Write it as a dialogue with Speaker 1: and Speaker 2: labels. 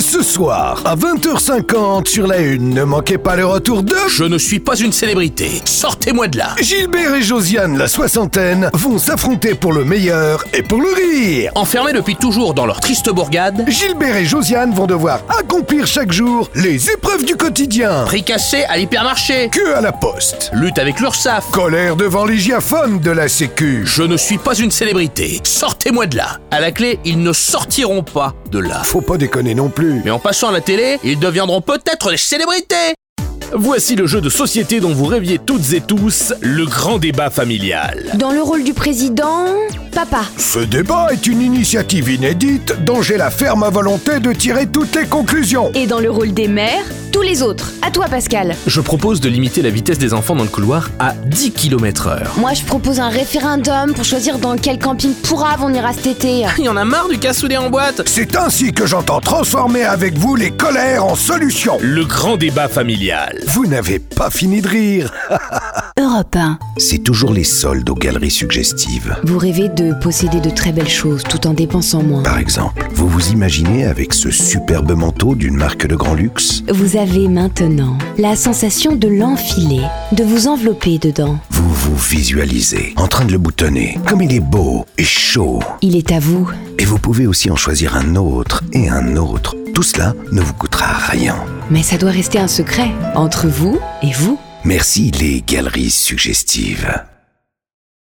Speaker 1: ce soir à 20h50 sur la Une. Ne manquez pas le retour de
Speaker 2: Je ne suis pas une célébrité. Sortez-moi de là.
Speaker 1: Gilbert et Josiane, la soixantaine, vont s'affronter pour le meilleur et pour le rire.
Speaker 2: Enfermés depuis toujours dans leur triste bourgade,
Speaker 1: Gilbert et Josiane vont devoir accomplir chaque jour les épreuves du quotidien.
Speaker 2: prix cassés à l'hypermarché,
Speaker 1: Que à la poste.
Speaker 2: lutte avec l'URSSAF.
Speaker 1: Colère devant les giaphones de la Sécu.
Speaker 2: Je ne suis pas une célébrité. Sortez-moi de là. À la clé, ils ne sortiront pas de là.
Speaker 1: Faut pas déconner non plus.
Speaker 2: Mais en passant à la télé, ils deviendront peut-être des célébrités.
Speaker 3: Voici le jeu de société dont vous rêviez toutes et tous, le grand débat familial.
Speaker 4: Dans le rôle du président, papa.
Speaker 1: Ce débat est une initiative inédite dont j'ai la ferme volonté de tirer toutes les conclusions.
Speaker 4: Et dans le rôle des maires, tous les autres. À toi, Pascal.
Speaker 3: Je propose de limiter la vitesse des enfants dans le couloir à 10 km heure.
Speaker 4: Moi, je propose un référendum pour choisir dans quel camping pourrave on ira cet été.
Speaker 2: Il y en a marre du cassoulet en boîte.
Speaker 1: C'est ainsi que j'entends transformer avec vous les colères en solutions.
Speaker 3: Le grand débat familial.
Speaker 1: Vous n'avez pas fini de rire.
Speaker 5: Europe 1.
Speaker 6: C'est toujours les soldes aux galeries suggestives.
Speaker 4: Vous rêvez de posséder de très belles choses tout en dépensant moins.
Speaker 6: Par exemple, vous vous imaginez avec ce superbe manteau d'une marque de grand luxe
Speaker 5: Vous avez maintenant la sensation de l'enfiler, de vous envelopper dedans.
Speaker 6: Vous vous visualisez en train de le boutonner. Comme il est beau et chaud.
Speaker 5: Il est à vous.
Speaker 6: Et vous pouvez aussi en choisir un autre et un autre. Tout cela ne vous coûtera rien.
Speaker 5: Mais ça doit rester un secret entre vous et vous.
Speaker 6: Merci les galeries suggestives.